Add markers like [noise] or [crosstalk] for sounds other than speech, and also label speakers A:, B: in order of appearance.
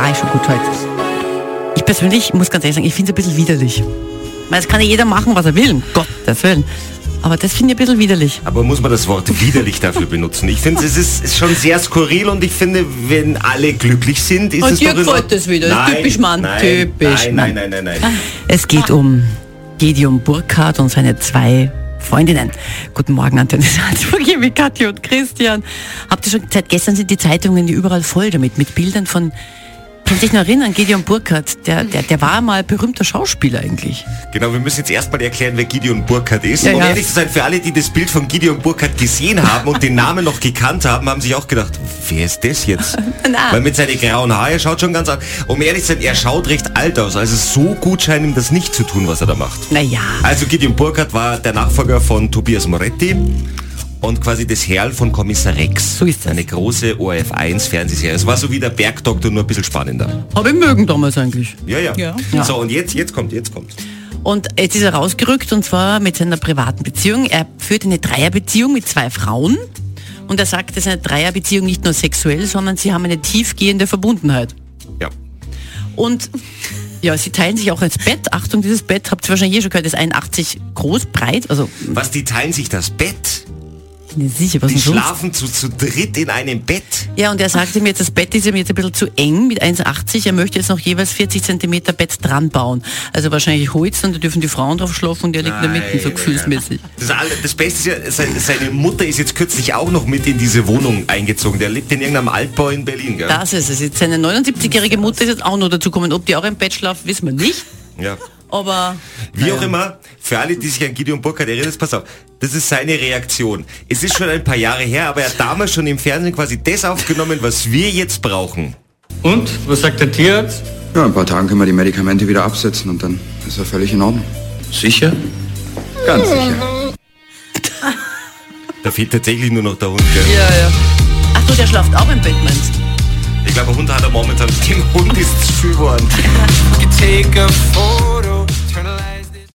A: Ei-Schokoteig. halt. Ich persönlich muss ganz ehrlich sagen, ich finde es ein bisschen widerlich. Ich meine, Es kann ja jeder machen, was er will, um Gottes Willen. Aber das finde ich ein bisschen widerlich.
B: Aber muss man das Wort widerlich dafür benutzen? Ich finde, es ist, ist schon sehr skurril und ich finde, wenn alle glücklich sind, ist
C: Und
B: es
C: dir
B: doch in
C: gefällt
B: Ordnung.
C: das wieder. Das ist typisch Mann.
B: Nein,
C: Typisch
B: nein, nein, nein, nein, nein.
A: Es geht um Gedeon Burkhardt und seine zwei Freundinnen. Guten Morgen, Antenne [laughs] Salzburg, hier mit Kathi und Christian. Habt ihr schon, seit gestern sind die Zeitungen ja überall voll damit, mit Bildern von, kann sich noch erinnern, Gedeon Burkhardt, der, der, der war mal berühmter Schauspieler eigentlich.
B: Genau, wir müssen jetzt erstmal erklären, wer Gideon Burkhardt ist.
A: Ja,
B: um
A: ja.
B: ehrlich zu sein, für alle, die das Bild von Gideon Burkhardt gesehen haben und den Namen noch gekannt haben, haben sich auch gedacht, wer ist das
C: [laughs]
B: jetzt?
A: Na.
B: Weil mit seinen grauen Haaren er schaut schon ganz an. Um ehrlich zu sein, er schaut recht alt aus. Also so gut scheint ihm das nicht zu tun, was er da macht.
A: Naja,
B: Also Gideon Burkhardt war der Nachfolger von Tobias Moretti und quasi das Herrl von Kommissar Rex.
A: So ist das.
B: Eine große ORF1 Fernsehserie. Es war so wie der Bergdoktor, nur ein bisschen spannender.
A: habe ich mögen damals eigentlich.
B: Ja, ja.
C: Ja.
A: Ja.
B: So, und jetzt, jetzt kommt, jetzt kommt.
A: Und jetzt ist er rausgerückt und zwar mit seiner privaten Beziehung. Er führt eine Dreierbeziehung mit zwei Frauen und er sagt, dass eine Dreierbeziehung nicht nur sexuell, sondern sie haben eine tiefgehende Verbundenheit.
B: Ja.
A: Und ja, sie teilen sich auch ins Bett. Achtung, dieses Bett habt ihr wahrscheinlich eh schon gehört, ist 81 groß, breit. Also
B: Was, die teilen sich das Bett?
A: bin ich sicher, was
B: Die
A: denn sonst?
B: schlafen zu, zu dritt in einem Bett?
A: Ja, und er sagte mir jetzt, das Bett ist ihm jetzt ein bisschen zu eng mit 1,80. Er möchte jetzt noch jeweils 40 cm Bett dran bauen. Also wahrscheinlich Holz und da dürfen die Frauen drauf schlafen und er liegt in der Mitte, so
B: Nein.
A: gefühlsmäßig.
B: Das, alle- das Beste ist ja, seine, seine Mutter ist jetzt kürzlich auch noch mit in diese Wohnung eingezogen. Der lebt in irgendeinem Altbau in Berlin, gell?
A: Das ist es. Jetzt seine 79-jährige Mutter ist jetzt auch noch dazu gekommen. Ob die auch im Bett schlaft, wissen wir nicht.
B: Ja.
A: Aber
B: Wie auch immer, für alle, die sich an Gideon Burkhardt erinnern, pass auf, das ist seine Reaktion. Es ist schon ein paar Jahre her, aber er hat damals schon im Fernsehen quasi das aufgenommen, was wir jetzt brauchen.
D: Und? Was sagt der Tierarzt?
E: Ja, in ein paar Tagen können wir die Medikamente wieder absetzen und dann ist er völlig in Ordnung.
D: Sicher?
E: Ganz sicher.
B: Da fehlt tatsächlich nur noch der Hund. Gell?
A: ja, ja. Ach so, der schlaft auch im Bett, meinst du?
B: Ich glaube, Hund [laughs] hat er momentan. Dem Hund ist zu viel geworden.
D: Take a photo, turn a light.